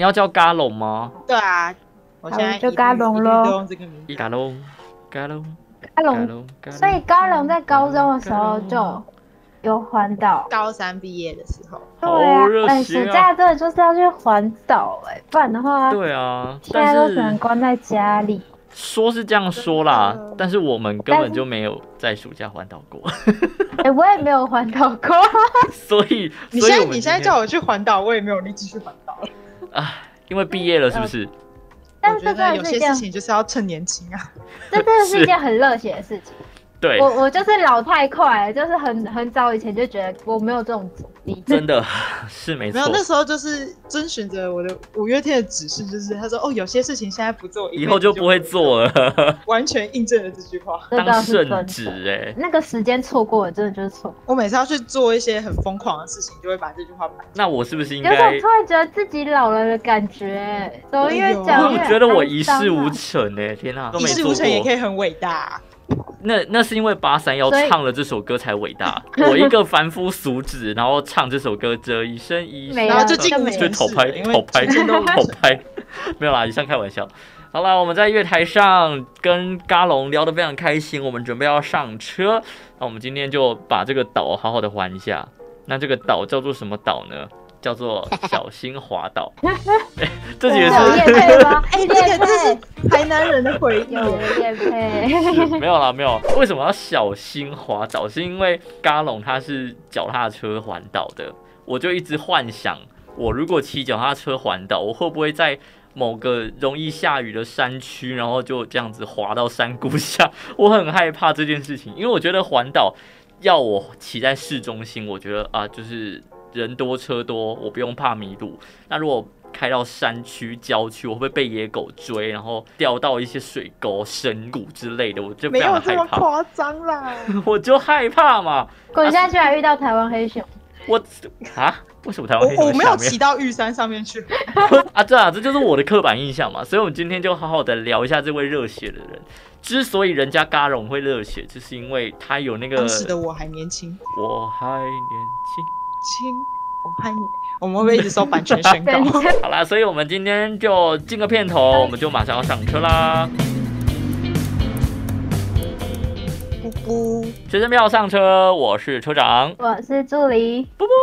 你要叫嘎龙吗？对啊，我现在好就一定该聋一定咯都用这个名字。嘎龙，嘎龙，高嘎龙，龙，嘎所以龙。高龙在高中的时候就有环岛。高三毕业的时候，对好热啊，哎，血啊暑假真的就是要去环岛哎，不然的话，对啊，现但在都只能是关在家里。说是这样说啦真的，但是我们根但本是就没有在暑假环岛过， 哎，我也没有环岛过，所以你所现以在我们你现在今天啊叫我去环岛，我也没有力气去环岛。因为毕业了是不是？嗯但我是觉这得真有的些是一件事，情就是要趁年轻啊。这真的是是一件很热血的事情。对我，我就是老太快了，就是很很早以前就觉得我没有这种阻 力。真的是没没错有，。那时候就是遵循着我的五月天的指示，就是他说哦，有些事情现在不做，以后就不会，做了，完全印证了这句话。这倒当是真圣的旨哎、那个时间错过了，真的就是错过。我每次要去做一些很疯狂的事情，就会把这句话摆。那我是不是应有该种？突然觉得自己老了的感觉，欸怎么越讲 越我觉得我一事无成。成哎、天哪、都一没事做无成也可过。以很伟大啊、那那是因为八三幺所以唱了这首歌才伟大， 我一个凡夫俗子，然后唱这首歌，这一生一世没有然后就进这入啊没就城讨市拍了，因讨为拍全 身都讨拍，没有啦，以上开玩笑。好啦，我们在月台上跟嘎龙聊得非常开心，我们准备要上车。那我们今天就把这个岛好好的玩一下。那这个岛叫做什么岛呢？叫做小心滑 岛。哎这几个有是叶配 吗？哎叶那个 这是配台南人的回忆有叶配， 没有啦，没有。为什么要小心滑岛？是因为嘎龙他是脚踏车环岛的，我就一直幻想，我如果骑脚踏车环岛，我会不会在某个容易下雨的山区，然后就这样子滑到山谷下？ 我很害怕这件事情，因为我觉得环岛要我骑在市中心，我觉得啊，就是人多车多，我不用怕迷路。那如果开到山区、郊区，我会不会被野狗追，然后掉到一些水沟、深谷之类的？我就非没常有的这害么怕，夸张啦。我就害怕嘛。滚下去还遇到台湾黑熊，我啊，为什么台湾黑我我熊没下有面骑？到玉山上面去， 啊，对啊，这就是我的刻板印象嘛。所以，我们今天就好好的聊一下这位热血的人。之所以人家嘎荣会热血，就是因为他有那个当时的我还年轻，我还年轻。轻，我还年，我们会不会一直收版权宣告真？的。 好啦，所以我们今天就进个片头，我们就马上要上车啦。不不，学生票上车，我是车长。我是助理，啵啵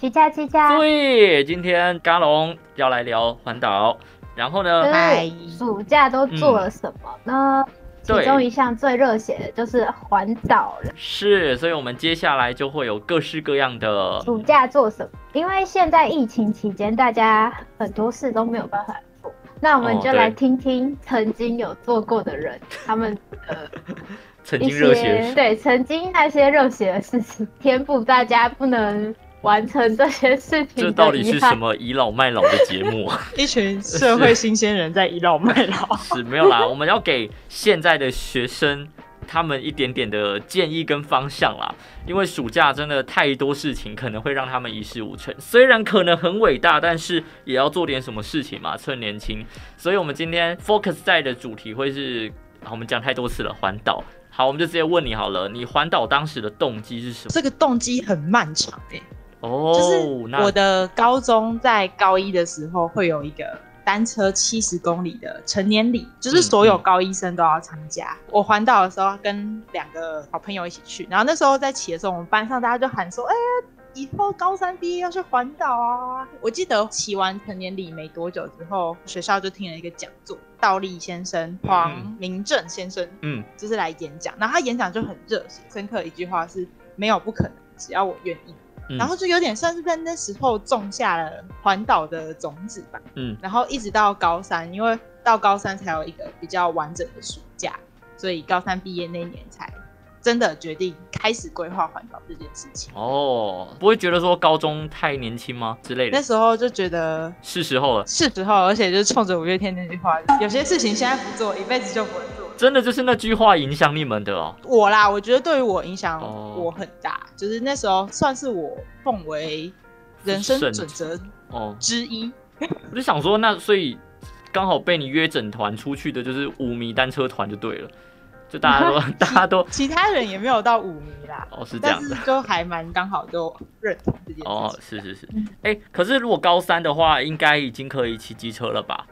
七恰七恰，对，今天嘎龙要来聊环岛，然后嗯呢，嗨就是暑假都做了什么呢？嗯对其中一项最热血的就是环岛了。是，所以我们接下来就会有各式各样的，暑假做什么？因为现在疫情期间，大家很多事都没有办法做，那我们哦就来对听听曾经有做过的人，他们的曾一经热血些的对曾经那些热血的事情，填补大家不能完成这些事这情到底的遗是什憾。么倚老卖老的节目？一群社会新鲜人在倚老卖老。是没有啦，我们要给现在的学生他们一点点的建议跟方向啦，因为暑假真的太多事情可能会让他们一事无成，虽然可能很伟大，但是也要做点什么事情嘛，趁年轻。所以我们今天 focus 在的主题会是，啊我们讲太多次了，环岛。好，我们就直接问你好了，你环岛当时的动机是什么？ 这个动机很漫长哎、哦，就是那我的高中在高一的时候会有一个单车七十公里的成年礼，嗯就是所有高一生都要参加。我环岛的时候跟两个好朋友一起去，然后那时候在骑的时候，我们班上大家就喊说：“哎、呀，以后高三毕业要去环岛啊！”我记得骑完成年礼没多久之后，学校就听了一个讲座，道立先生、黄明正先生嗯，就是来演讲，然后他演讲就很热血，深刻一句话是没有不可能，只要我愿意。嗯然后就有点算是在那时候种下了环岛的种子吧。嗯然后一直到高三，因为到高三才有一个比较完整的暑假，所以高三毕业那一年才真的决定开始规划环岛这件事情。哦，不会觉得说高中太年轻吗之类那的？时候就觉得是时候了。是时候，而且就是冲着五月天那句话，有些事情现在不做，一辈子就不会做。真的就是那句话影响你们的哦。我啦，我觉得对于我影响哦我很大，就是那时候算是我奉为人生圣准则哦，之一。我就想说，那所以刚好被你约整团出去的就是五迷单车团就对了，就大家都 大家都其他人也没有到五迷啦，哦是这但样是的 就还蛮刚好就认同这件事情。哦，是是是嗯，哎、可是如果高三的话，应该已经可以骑机车了吧？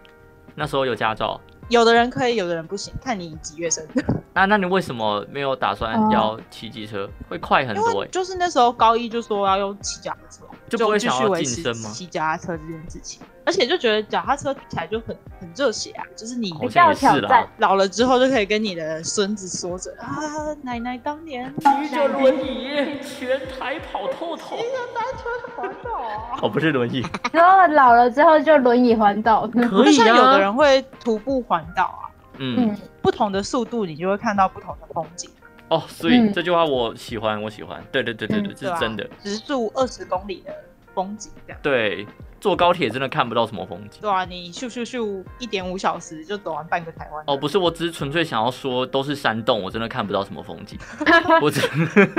那时候有驾照，有的人可以，有的人不行，看你几月生。 那那你为什么没有打哦算要骑机车？会快很因多哎、为就是那时候高一就说要用骑脚踏车，就不就会继想续要维晋持升吗骑脚踏车这件事情，而且就觉得脚踏车听起来就很很热血啊，就是你哎好比较像也是啦挑战。老了之后就可以跟你的孙子说着啊，奶奶当年骑着轮椅全台跑透透，环岛啊。哦，不是 轮椅，然后老了之后就轮椅环岛。可就以像有的啊。人会徒步环岛啊，嗯嗯，，不同的速度你就会看到不同的风景。哦，所以嗯这句话我喜欢，我喜欢。对对对对对，嗯啊这是真的。直速二十公里的风景这样。对，坐高铁真的看不到什么风景。对啊，你咻咻咻一点五小时就走完半个台湾。哦，不是，我只是纯粹想要说，都是山洞，我真的看不到什么风 景。我只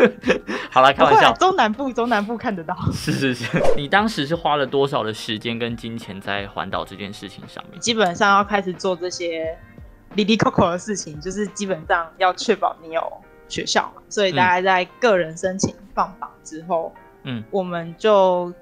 好啦，开不玩会啊，笑，中南部中南部看 得到。是是是。你当时是花了多少的时间跟金钱在环岛这件事情上面？基本上要开始做这些离离扣扣的事情，就是基本上要确保你有学校嘛，所以大概在个人申请放榜之后，嗯，我们就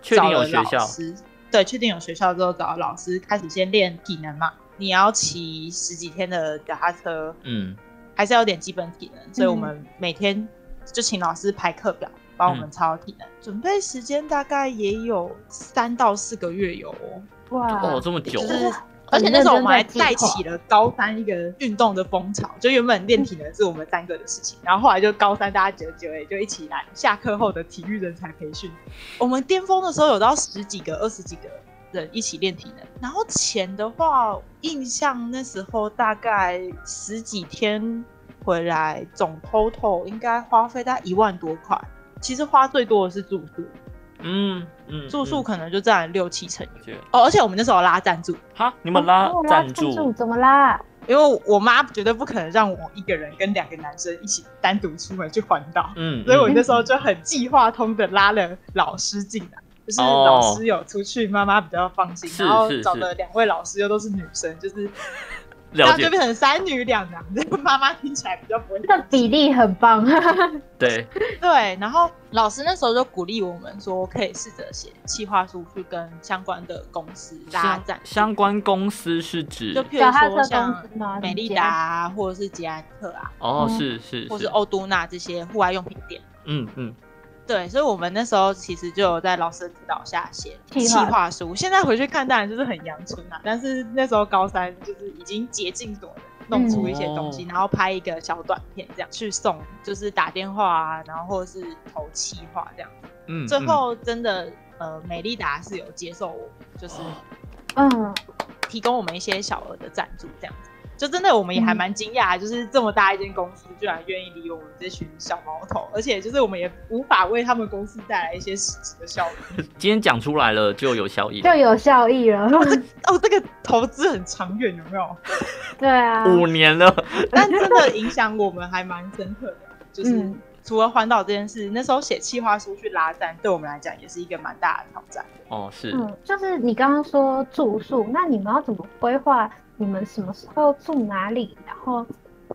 确定有学找了校老师，对，确定有学校之后找老师开始先练体能嘛，你要骑十几天的脚踏车，嗯，还是要有点基本体能，所以我们每天就请老师排课表。帮我们操体能，准备时间大概也有三到四个月有哦。哇，哦，这么久就就是是，而且那时候我们还很认真在带计划起了高三一个运动的风潮，就原本练体能是我们三个的事情，然后后来就高三大家久久也就一起来下课后的体育人才培训。我们巅峰的时候有到十几个、二十几个人一起练体能，然后钱的话，印象那时候大概十几天回来，总 total 应该花费大概一万多块。其实花最多的是住宿，嗯嗯，住宿嗯可能就占了六七成。我觉得哦，而且我们那时候有拉赞助，哈，你们拉哦赞助助，怎么啦？因为我妈绝对不可能让我一个人跟两个男生一起单独出门去环岛，嗯，所以我嗯那时候就很计划通的拉了老师进来，就是老师有出去，妈妈比较放心，哦是然后是找是的两位老师又都是女生，就是这了样解就，变成三女两男，这个妈妈听起来比较不会这个比例很棒， 对，对，然后老师那时候就鼓励我们说，可以试着写企划书去跟相关的公司拉相赞助，相关公司是指就譬脚踏如车说啊公像司吗？美利你达家啊或者是捷安特啊，哦，嗯是是或是是，欧都娜这些户外用品店。嗯嗯，对，所以我们那时候其实就有在老师的指导下写计计划划书。现在回去看，当然就是很阳春啊，但是那时候高三就是已经竭尽所能。弄出一些东西，嗯然后拍一个小短片，这样去送，就是打电话啊，然后或者是投企划这样。嗯，最嗯后真的，呃，美利达是有接受我，就是哦嗯，提供我们一些小额的赞助，这样子。就真的我们也还蛮惊讶，就是这么大一间公司居然愿意理我们这群小毛头， 而且就是我们也无法为他们公司带来一些实质的效益。今天讲出来了就有效益了，就有效益 了。哦，这个投资很长远，有没有？对啊，五年了， 但真的影响我们还蛮深刻的，就是嗯除了环岛这件事，那时候写企划书去拉赞，对我们来讲也是一个蛮大的挑战。哦，是，嗯，就是你刚刚说住宿，那你们要怎么规划？你们什么时候住哪里？然后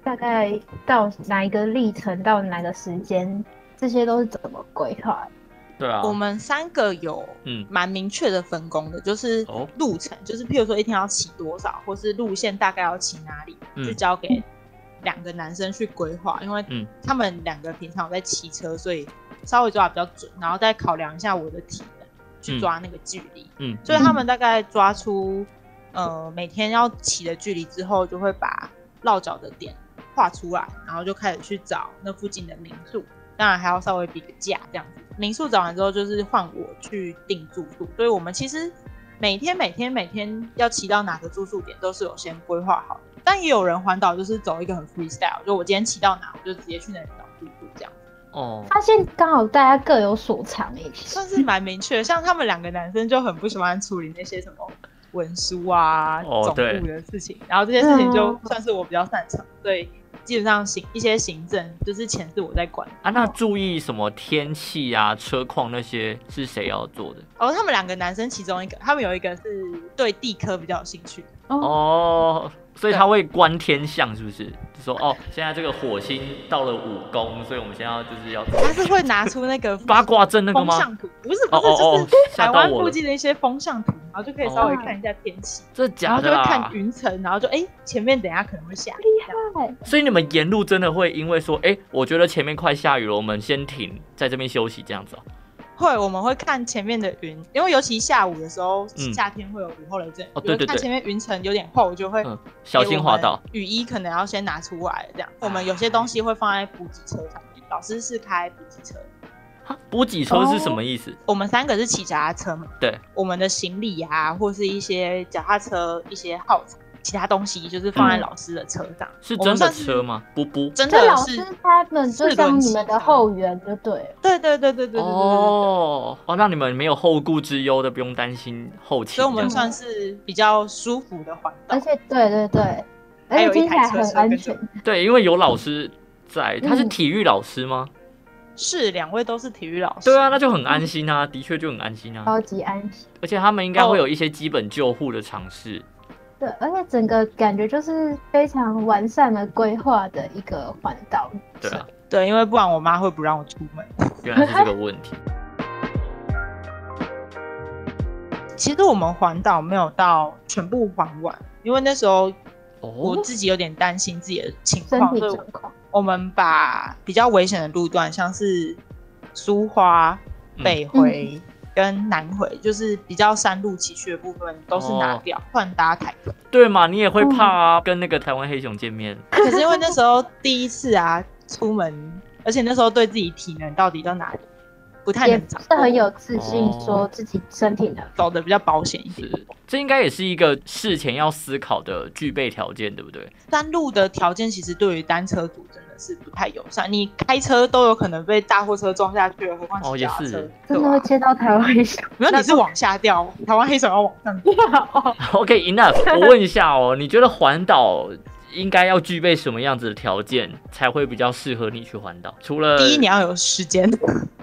大概到哪一个历程，到哪个时间，这些都是怎么规划的？对啊，我们三个有嗯蛮明确的分工的，就是哦路程，就是譬如说一天要骑多少，或是路线大概要骑哪里，嗯就交给两个男生去规划，因为嗯他们两个平常有在骑车，所以稍微抓得比较准，然后再考量一下我的体能，去抓那个距离。嗯，所以他们大概抓出呃每天要骑的距离之后，就会把落脚的点画出来，然后就开始去找那附近的民宿。当然还要稍微比个价这样子。民宿找完之后，就是换我去订住宿，所以我们其实每天每天每天要骑到哪个住宿点都是有先规划好的。但也有人环岛就是走一个很 freestyle，就我今天骑到哪，我就直接去哪里找住宿这样。哦，发现刚好大家各有所长诶、 算是蛮明确的。像他们两个男生就很不喜欢处理那些什么文书啊、哦总对务的事情，然后这些事情就嗯算是我比较擅长，所以基本上行一些行政就是钱是我在管。啊，那注意什么天气啊、车况那些是谁要做的？哦，他们两个男生其中一个，他们有一个是对地科比较有兴趣，哦，所以他会观天象，是不是？就说哦，现在这个火星到了五宫，所以我们现在要就是要他是会拿出那个嗯八卦阵那个风吗？向图，不是不哦是，哦就哦是，吓台到湾我附了，近的一些风向图，然后就可以稍微看一下天气，这然假后就的会看啦。云层，然后就哎、前面等一下可能会下雨，对，所以你们沿路真的会因为说，哎、我觉得前面快下雨了，我们先停，在这边休息这样子哦、会我们会看前面的云，因为尤其下午的时候，嗯夏天会有雨后雷阵雨，哦对对就是看对前面云层有点厚，就会、嗯小心滑倒。，雨衣可能要先拿出来，这样我们有些东西会放在补给车上面，老师是开补给车，哈补给车是什么意思？我们三个是骑脚踏车嘛，对，我们的行李啊，或是一些脚踏车一些耗材，其他东西就是放在老师的车上，是我们真的算是车吗？不不。真所以的老是师，他们就像你们的后援就对了。对对对对对对对对对哦哦，让你们没有后顾之忧的，不用担心后勤这所以样。我们算是比较舒服的环岛而，且对对对，而还且有一听起来台车很是安跟全着。对，因为有老师在，他是嗯体育老师吗？是两位都是体育老师，对啊，那就很安心啊，的确就很安心啊。超级安心。而且他们应该哦会有一些基本救护的尝试。对，而且整个感觉就是非常完善的规划的一个环岛。对啊，对，因为不然我妈会不让我出门。原来是这个问题。其实我们环岛没有到全部环完，因为那时候 我哦，自己有点担心自己的情身况，体所以状况，我们把比较危险的路段，像是苏花、嗯北回跟南回，就是比较山路崎岖的部分，都是哦拿掉，换、搭台客。对嘛，你也会怕嗯啊，跟那个台湾黑熊见面。可是因为那时候第一次啊出门，而且那时候对自己体能到底到哪里不太也能不掌是握很，有自信哦，说自己身体的。走的比较保险一点。是，这应该也是一个事前要思考的具备条件，对不对？山路的条件其实对于单车族真的是不太友善，你开车都有可能被大货车撞下去了，何况哦骑也脚踏是车，真的对会吧？接到台湾小没有，你是往下掉，台湾黑手要往上掉。 OK enough，我问一下哦，你觉得环岛应该要具备什么样子的条件才会比较适合你去环岛？除了第一，你要有时间，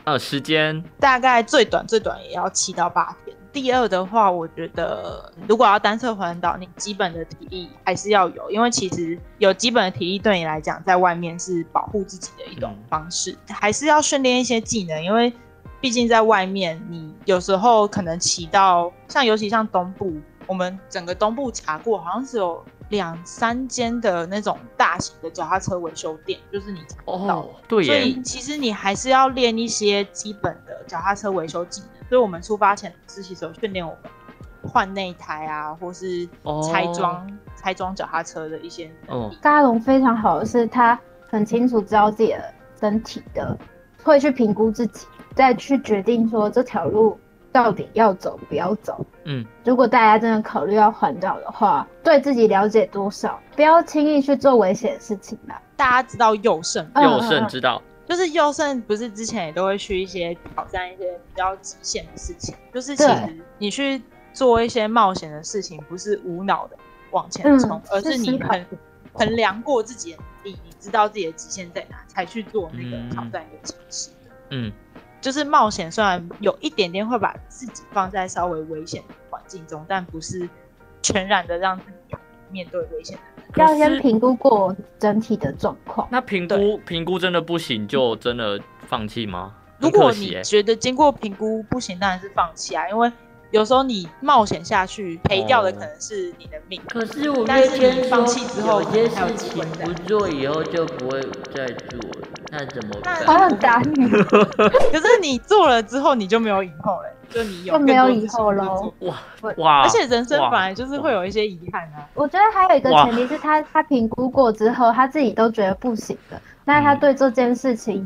呃时间，大概最短最短也要七到八天。第二的话，我觉得如果要单车环岛，你基本的体力还是要有，因为其实有基本的体力对你来讲，在外面是保护自己的一种嗯方式，还是要训练一些技能，因为毕竟在外面，你有时候可能骑到像尤其像东部，我们整个东部查过，好像是有两三间的那种大型的脚踏车维修店，就是你查得到的。哦，对所耶以，其实你还是要练一些基本的脚踏车维修技能。所以我们出发前，老师其实有训练我们换内胎啊，或是哦拆装、拆装脚踏车的一些能力。沙龙非常好的是，他很清楚知道自己的身体的，会去评估自己，再去决定说这条路到底要走不要走。嗯，如果大家真的考虑要环岛的话，对自己了解多少，不要轻易去做危险的事情啦。大家知道右胜吗，嗯右胜知道，就是右胜不是之前也都会去一些挑战一些比较极限的事情，就是其实对你去做一些冒险的事情，不是无脑的往前嗯冲，而是是你思考衡衡量过自己的能力，你知道自己的极限在哪，才去做那个挑嗯战跟尝试。嗯，就是冒险，虽然有一点点会把自己放在稍微危险的环境中，但不是全然的让自己面对危险的能力。可嗯要先是评估过整体的状况。那评估评估真的不行，就真的放弃吗？如很果可惜欸你耶觉得经过评估不行，当然是放弃啊，因为有时候你冒险下去赔掉哦的可能是你的命。可是我但那是你天放说弃之后有些还有事机情会再不做以后就不会再做了，那怎么那好啊办？想打你，可是你做了之后，你就没有以后了，就你有就没有更多以后事情咯做哇我哇，而且人生啊哇本来就是会有一些遗憾啊。我觉得还有一个哇前提是他他评估过之后，他自己都觉得不行的，那嗯他对这件事情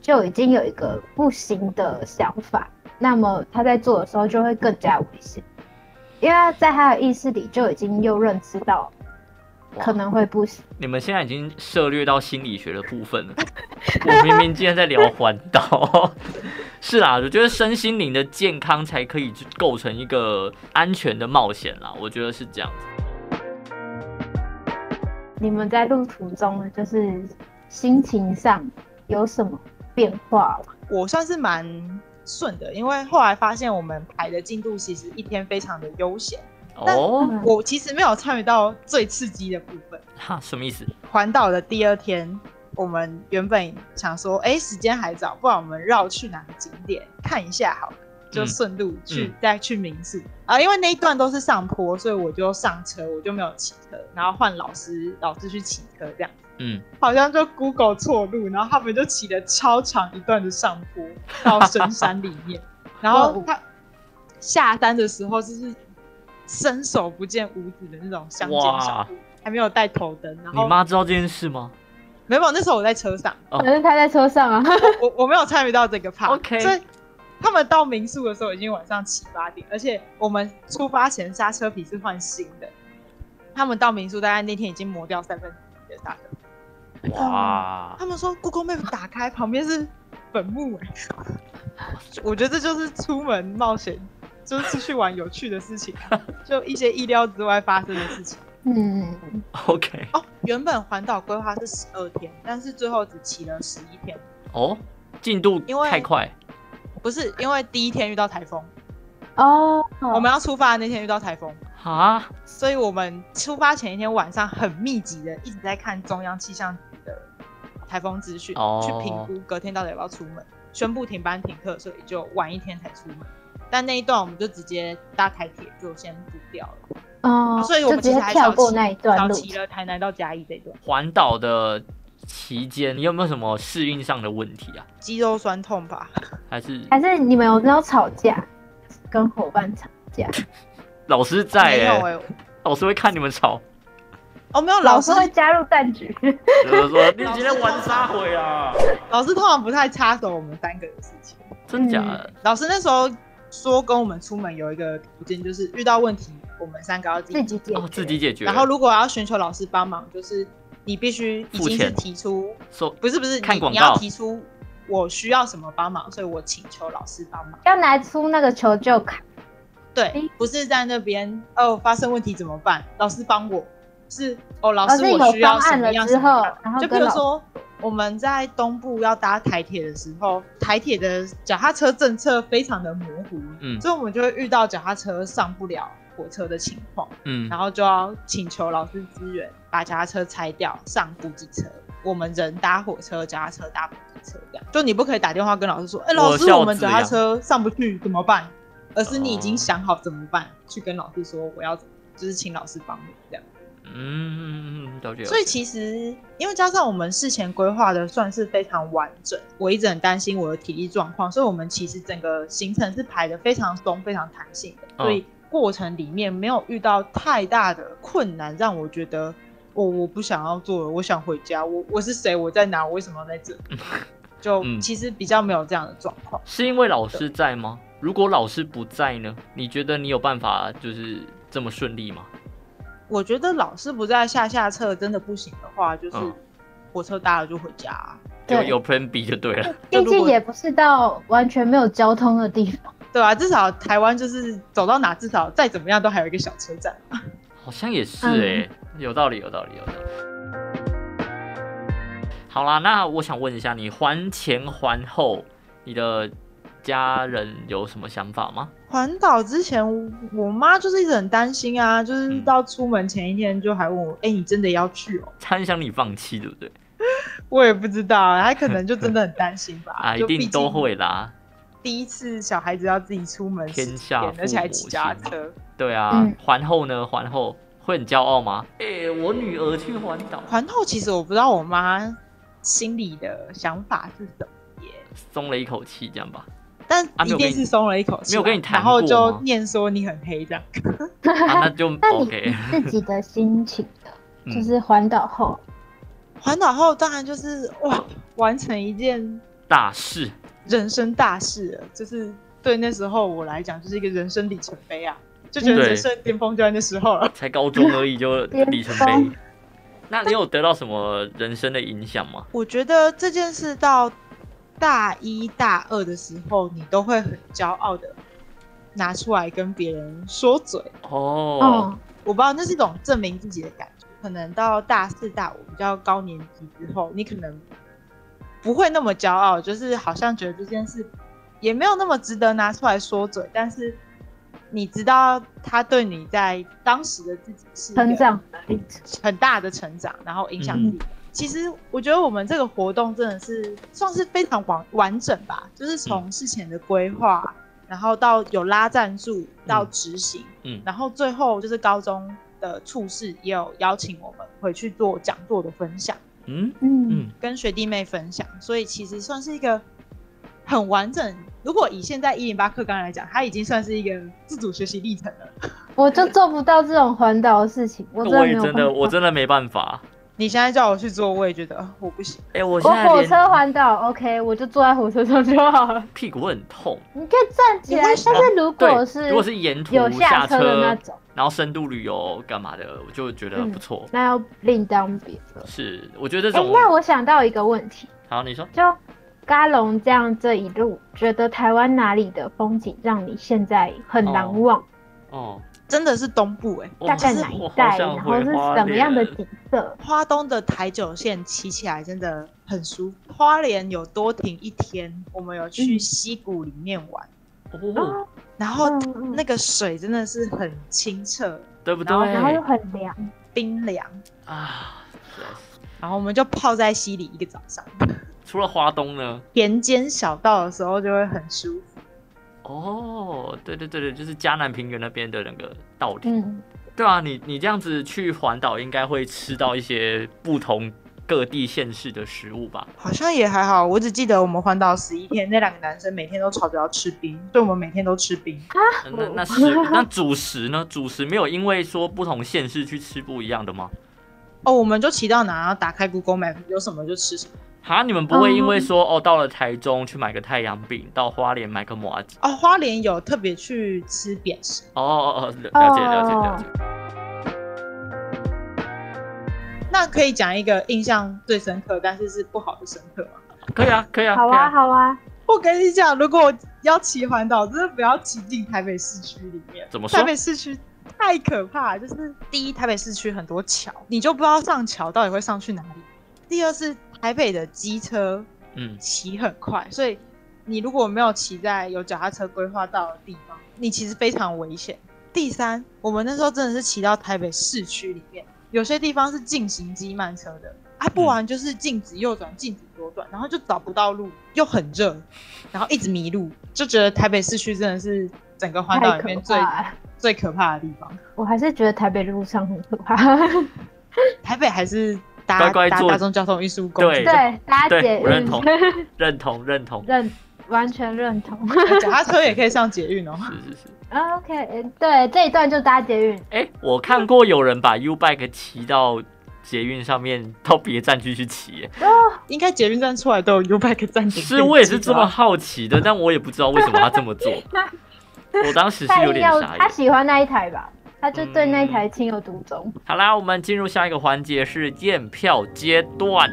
就已经有一个不行的想法，那么他在做的时候就会更加危险，因为他在他的意识里就已经又认知到哇可能会不行。你们现在已经涉略到心理学的部分了。 我明明今天在聊环岛，是啦，我觉得身心灵的健康才可以构成一个安全的冒险啦，我觉得是这样子。你们在路途中呢，就是心情上有什么变化吗？我算是蛮顺的，因为后来发现我们排的进度其实一天非常的悠闲，哦，嗯我其实没有参与到最刺激的部分。哈，什么意思？环岛的第二天，我们原本想说，哎、时间还早，不然我们绕去哪个景点看一下好了，就顺路去、嗯再去民宿啊。因为那一段都是上坡，所以我就上车，我就没有骑车，然后换老师老师去骑车这样。嗯，好像就 Google 错路，然后他们就骑了超长一段的上坡到深山里 面，然后哦他下山的时候就是伸手不见五指的那种乡间小路，还没有带头灯，然你后妈知道这件事吗？没有，那时候我在车上，哦反正他在车上啊，我我没有参与到这个 part， OK 所以他们到民宿的时候已经晚上七八点，而且我们出发前刹车皮是换新的，他们到民宿大概那天已经磨掉三分之一的刹车皮。嗯哇，他们说 Google Map 打开旁边是坟墓、欸， 我觉得这就是出门冒险，就是出去玩有趣的事情，啊就一些意料之外发生的事情。嗯， OK，哦，原本环岛规划是十二天，但是最后只骑了十一天，哦，进度因为太快，不是因为第一天遇到台风，哦，我们要出发的那天遇到台风，啊，所以我们出发前一天晚上很密集的一直在看中央气象局的台风资讯，哦去评估隔天到底要不要出门，宣布停班停课，所以就晚一天才出门。但那一段我们就直接搭台铁就先不掉了，哦，所以我们就其实直接还跳少过骑那一段少路骑了台南到嘉义这一段，环岛的期间，你有没有什么适应上的问题啊？肌肉酸痛吧？还是还是你们有没有吵架？跟伙伴吵架？老师在、没有欸？哎、老师会看你们吵，哦没有，老师师会加入战局，就是说你老今师天玩啥回啊？老师通常不太插手我们三个的事情。真假的？老师那时候说跟我们出门有一个途径，就是遇到问题我们三个要自己自己解哦，自决己解决。然后如果要寻求老师帮忙，就是你必须已付经是钱提出，说不是不是，看你广你要告提出我需要什么帮忙，所以我请求老师帮忙。要拿出那个求救卡，对诶，不是在那边哦发生问题怎么办，老师帮我，是哦老老师师我有需方要什案么了样之什么后样，然后就比跟如老师说，我们在东部要搭台铁的时候，台铁的脚踏车政策非常的模糊，嗯所以我们就会遇到脚踏车上不了火车的情况，嗯然后就要请求老师支援，把脚踏车拆掉，上补给车。我们人搭火车，脚踏车搭补给车，这样就你不可以打电话跟老师说，哎、老我师，孝我们子脚踏呀车上不去怎么办？而是你已哦经想好怎么办，去跟老师说我要，就是请老师帮我这样。嗯，了解。所以其实，因为加上我们事前规划的算是非常完整，我一直很担心我的体力状况，所以我们其实整个行程是排的非常松、非常弹性的，嗯所以过程里面没有遇到太大的困难，让我觉得我我不想要做了，我想回家，我我是谁，我在哪，我为什么要在这？ 就嗯其实比较没有这样的状况。是因为老师在吗？如果老师不在呢？你觉得你有办法就是这么顺利吗？我觉得老师不在下下策真的不行的话，就是嗯火车搭了就回家啊、有对有 Plan B 就对 了。就毕如竟果也不是到完全没有交通的地方，对啊，至少台湾就是走到哪，至少再怎么样都还有一个小车站。好像也嗯是哎、有道理，有道理，有道理。好啦，那我想问一下，你还前还后，你的家人有什么想法吗？环岛之前，我妈就是一直很担心啊，嗯就是到出门前一天就还问我，哎、你真的要去哦？他很想你放弃，对不对？我也不知道啊，她可能就真的很担心吧。 啊，一就毕定竟都会啦。第一次小孩子要自己出门天十几下天父而且还母骑脚踏心车。对啊，嗯还后呢？还后会很骄傲吗？哎、我女儿去环岛，环后其实我不知道我妈心里的想法是什么。耶，松了一口气，这样 吧。但啊没一有跟定你是松了一口气吧，没有跟你谈然后过就吗念说你很黑这样。啊，那就那你 OK。自己的心情的，就嗯是环岛后，环岛后当然就是哇，完成一件大事，人生大事了，就是对那时候我来讲，就是一个人生里程碑啊，就觉得对人生巅峰就在那时候了。才高中而已就巅里程峰 碑。那你有得到什么人生的影响吗？我觉得这件事到大一大二的时候，你都会很骄傲的拿出来跟别人说嘴。哦，嗯，我不知道那是一种证明自己的感觉。可能到大四大五比较高年级之后，你可能不会那么骄傲，就是好像觉得这件事也没有那么值得拿出来说嘴，但是你知道他对你在当时的自己是一个成长的历程。很大的成长，然后影响自己。其实我觉得我们这个活动真的是算是非常完完整吧，就是从事前的规划，然后到有拉赞助，到执行，嗯然后最后就是高中的处室也有邀请我们回去做讲座的分享，嗯嗯，嗯跟学弟妹分享，所以其实算是一个很完整。如果以现在一零八课纲来讲，它已经算是一个自主学习历程了。我就做不到这种环岛的事嗯情，我真的哦我没也有真的办法我真的没办法。你现在叫我去做，我也觉得呃我不行。哎、我现我在火车连环岛，OK，我就坐在火车上就好 了。屁股会很痛。你可以站起来，你为但什么是如对果，是如果是沿途有下下车的那种，然后深度旅游干嘛的，我就觉得不错。那要另当别论。是，我觉得这哎、种、那我想到一个问题，好，你说，就嘎隆这样这一路，觉得台湾哪里的风景让你现在很难忘？哦，真的是东部哎、我大概好哪一我好带？想然后回是花什么样的莲景色？花东的台九线骑起来真的很舒服。花莲有多停一天，我们有去嗯溪谷里面玩，哦，然后嗯嗯那个水真的是很清澈、对不然后然后对又很凉，冰凉，啊？实在是然后我们就泡在溪里一个早上。除了花东呢？田间小道的时候就会很舒服，哦，对对对对，就是嘉南平原那边的那个稻田。嗯，对啊，你你这样子去环岛，应该会吃到一些不同各地县市的食物吧？好像也还好。我只记得我们环岛十一天，那两个男生每天都吵着要吃冰，所以我们每天都吃冰。呃 那那食那主食呢？主食没有因为说不同县市去吃不一样的吗？哦，我们就骑到哪，然后打开 Google Map，有什么就吃什么。哈，你们不会嗯因为说、哦，到了台中去买个太阳饼，到花莲买个麻糬？哦，花莲有特别去吃扁食，哦哦哦，了嗯了解了解了解。哦那可以讲一个印象最深刻，但是是不好的深刻吗？可以啊，可以啊，好啊可以啊好啊，我跟你讲，如果我要骑环岛，真的不要骑进台北市区里面。怎么说台？北市区太可怕了，就是第一，台北市区很多桥，你就不知道上桥到底会上去哪里；第二是台北的机车嗯，骑很快，所以你如果没有骑在有脚踏车规划到的地方，你其实非常危险。第三，我们那时候真的是骑到台北市区里面，有些地方是禁行机慢车的，嗯啊，不然就是禁止右转、禁止左转，然后就找不到路，又很热，然后一直迷路，就觉得台北市区真的是整个环岛太里可面最怕了。最可怕的地方。我还是觉得台北路上很可怕。哎台北还是搭乖乖搭坐大众交通运输工具， 对哎对，大家对解我认运同认同认同， 认完全认同。脚踏车也可以上捷运哦。是是是。 OK，呃对这一段就搭捷运，哎、我看过有人把 U bike 骑到捷运上面， 到别站区去骑、耶应该捷运站出来都有 U bike 站点。是我也是这么好奇 的，但我也不知道为什么他这么做。我当时他是有点要傻他眼。嗯喜欢那一台吧，他就对那一台情有独钟。好啦，我们进入下一个环节是验票阶段。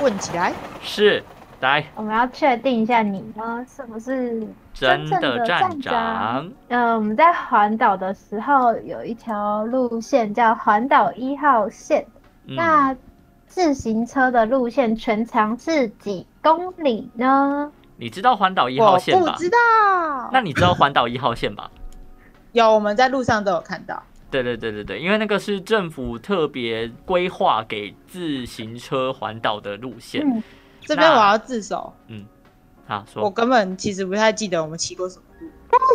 问起来。是，来，我们要确定一下你呢是不是真真正的站的站长长。呃，我们在环岛的时候有一条路线叫环岛一号线，嗯那自行车的路线全长是几公里呢？你知道环岛一我号线吧不？知道。那你知道环岛一号线吧？有我们在路上都有看到，对对对对对，因为那个是政府特别规划给自行车环岛的路线、嗯，这边那我要自首，啊，我说根本其实不太记得我们骑过什么路。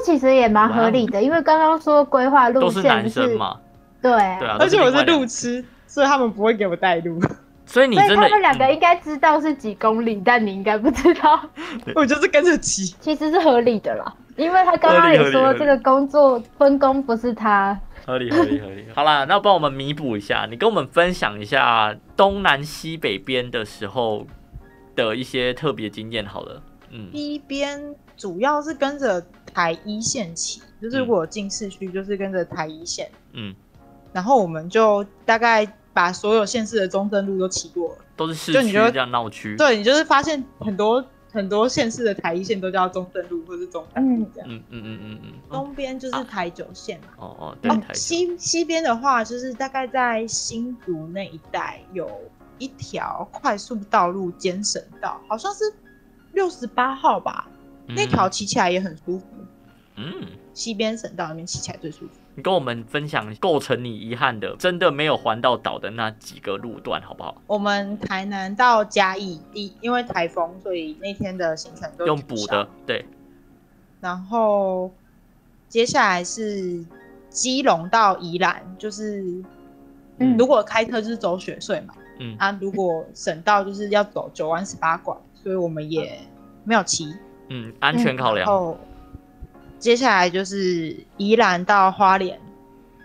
这其实也蛮合理的，因为刚刚说规划路都线是男生嘛，对，对啊，而且都我另外是两路，痴，所以他们不会给我带 路，所以你所以真的他们两个嗯应该知道是几公里，但你应该不知 道，我就是跟着骑。其实是合理的啦。因为他刚刚也合理合说理这个工作分工不是他，合理合理合理。好啦，那帮我们弥补一下，你跟我们分享一下东南西北边的时候的一些特别经验好了。嗯，第一边主要是跟着台一线骑，就是嗯我进市区就是跟着台一线，嗯，然后我们就大概把所有县市的中正路都骑过了。都是市就区你觉得这样闹区。对你就是发现很多很多县市的台一线都叫中正路或是中山路这样。嗯，嗯嗯嗯嗯嗯。东边就是台九线嘛，哦哦，对，哦台，中西西边的话就是大概在新竹那一带有。一条快速道路兼省道，好像是六十八号吧，那条骑起来也很舒服，嗯，嗯西边省道那边骑起来最舒服。你跟我们分享构成你遗憾的，真的没有环到岛的那几个路段，好不好？我们台南到嘉义第，因为台风，所以那天的行程都用取补消的，对，然后接下来是基隆到宜兰，就是嗯如果开车就是走雪隧嘛，嗯啊，如果省道就是要走九弯十八拐，所以我们也没有骑。嗯，安全考然量，后接下来就是宜兰到花莲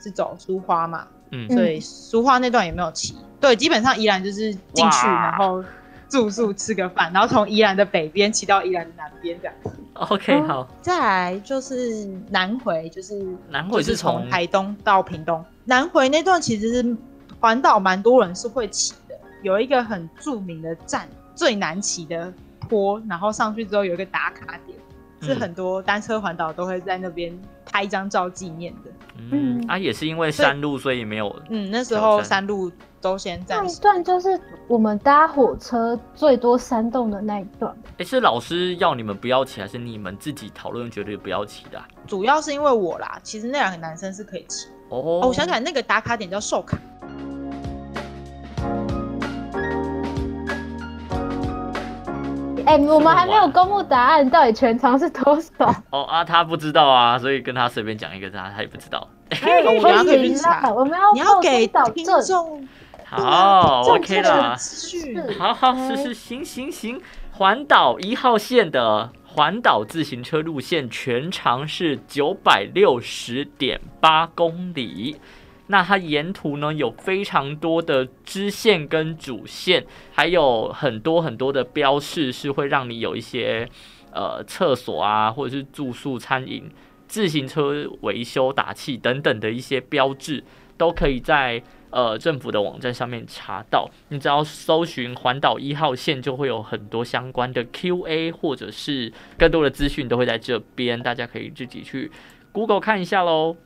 是走苏花嘛，嗯嗯所以苏花那段也没有骑。对，基本上宜兰就是进去，哇然后住宿吃个饭，然后从宜兰的北边骑到宜兰的南边这样。 ，OK，哦好，再来就是南回，就是南回就是从台东到屏东。南回那段其实是环岛蛮多人是会骑的，有一个很著名的站，最难骑的坡，然后上去之后有一个打卡点，是嗯很多单车环岛都会在那边拍一张照纪念的。嗯，嗯啊，也是因为所以山路，所以没有，嗯，那时挑候战山路都先那暂一时。段就是我们搭火车最多山洞的那一段。诶，是老师要你们不要骑，还是你们自己讨论决定不要骑的啊、主要是因为我啦，其实那两个男生是可以骑。哦，哦，我想起来，那个打卡点叫寿 卡。哎、我们还这没么有晚公布答案，到底全长是多少？哦啊，他不知道啊，所以跟他随便讲一个，他他也不知道。哎我们要不去行查啦，我们要你要报给给导听正。众好正，OK 确啦的，资讯。是好好是是行行行，环岛一号线的环岛自行车路线全长是九百六十点八公里。那它沿途呢有非常多的支线跟主线，还有很多很多的标示是会让你有一些呃厕所啊，或者是住宿、餐饮、自行车维修、打气等等的一些标志，都可以在呃政府的网站上面查到。你只要搜寻环岛一号线，就会有很多相关的 Q&A 或者是更多的资讯都会在这边，大家可以自己去 Google 看一下喽。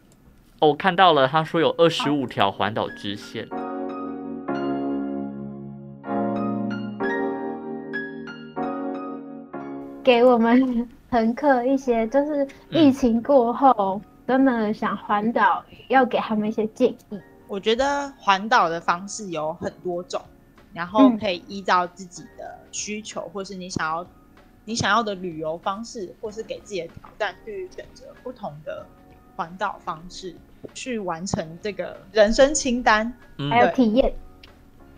哦，我看到了，他说有二十五条环岛支线。给我们乘客一些，就是疫情过后，真的想环岛，要给他们一些建议。我觉得环岛的方式有很多种，然后嗯可以依照自己的需求，或是你想要你想要的旅游方式，或是给自己的挑战，去选择不同的环岛方式，去完成这个人生清单。嗯，还有对体验，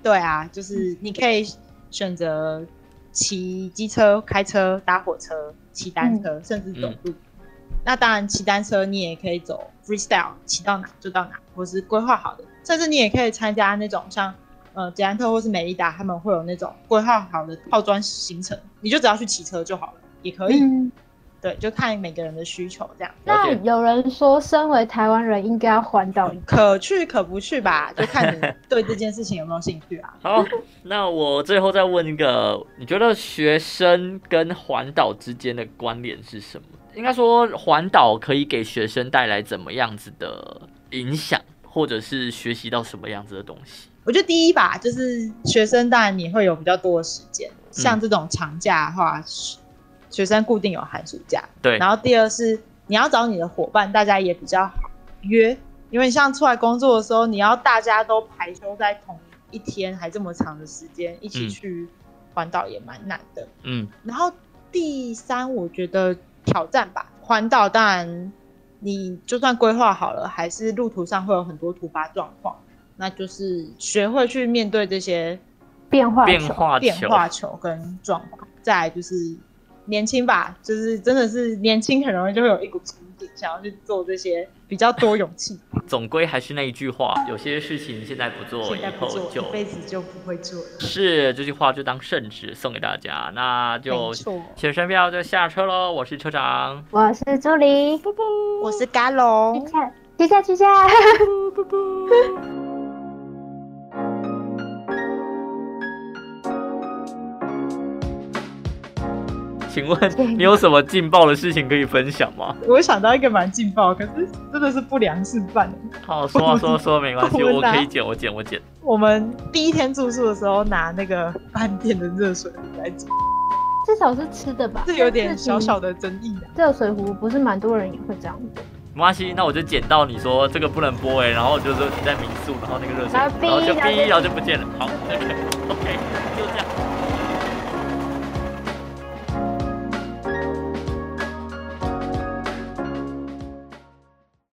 对啊，就是你可以选择骑机车、开车、搭火车、骑单车，甚至走路。那当然，骑单车你也可以走 freestyle，骑到哪就到哪，或是规划好的。甚至你也可以参加那种像呃捷安特或是美利达，他们会有那种规划好的套装行程，你就只要去骑车就好了，也可以。嗯，对，就看每个人的需求这样。了那解。有人说，身为台湾人应该要环岛一可去可不去吧，就看你对这件事情有没有兴趣啊。好，那我最后再问一个，你觉得学生跟环岛之间的关联是什么？应该说环岛可以给学生带来怎么样子的影响，或者是学习到什么样子的东西？我觉得第一吧，就是学生当然你会有比较多的时间，嗯像这种长假的话，学学生固定有寒暑假。对，然后第二是你要找你的伙伴，大家也比较好约，因为像出来工作的时候，你要大家都排休在同一天，还这么长的时间一起嗯去环岛也蛮难的。嗯然后第三，我觉得挑战吧，环岛当然你就算规划好了，还是路途上会有很多突发状况，那就是学会去面对这些变化变球，化变球，化球跟状况。再来就是年轻吧，就是真的是年轻，很容易就会有一股冲劲，想要去做这些比较多勇 气。总归还是那一句话，有些事情现在不做，现在以不后做，就一辈子就不会做了。是这句话就当圣旨送给大家。那就没错学生票就下车喽，我是车长，我是朱莉，我是嘎龙接，下接下 接下， 请问你有什么劲爆的事情可以分享吗？ 我想到一个蛮劲爆，可是真的是不良示范。好，说啊说啊说啊，没关系，我们我拿可以剪，我剪，我剪。我们第一天住宿的时候，拿那个饭店的热水壶来煮，至少是吃的吧？这有点小小的的争议啊。热水壶，不是蛮多人也会这样的。没关系，那我就剪到你说这个不能播哎、然后就是你在民宿，然后那个热水，然后然后就哔哔，然然后后就就不见了。好，OK，OK，就这样。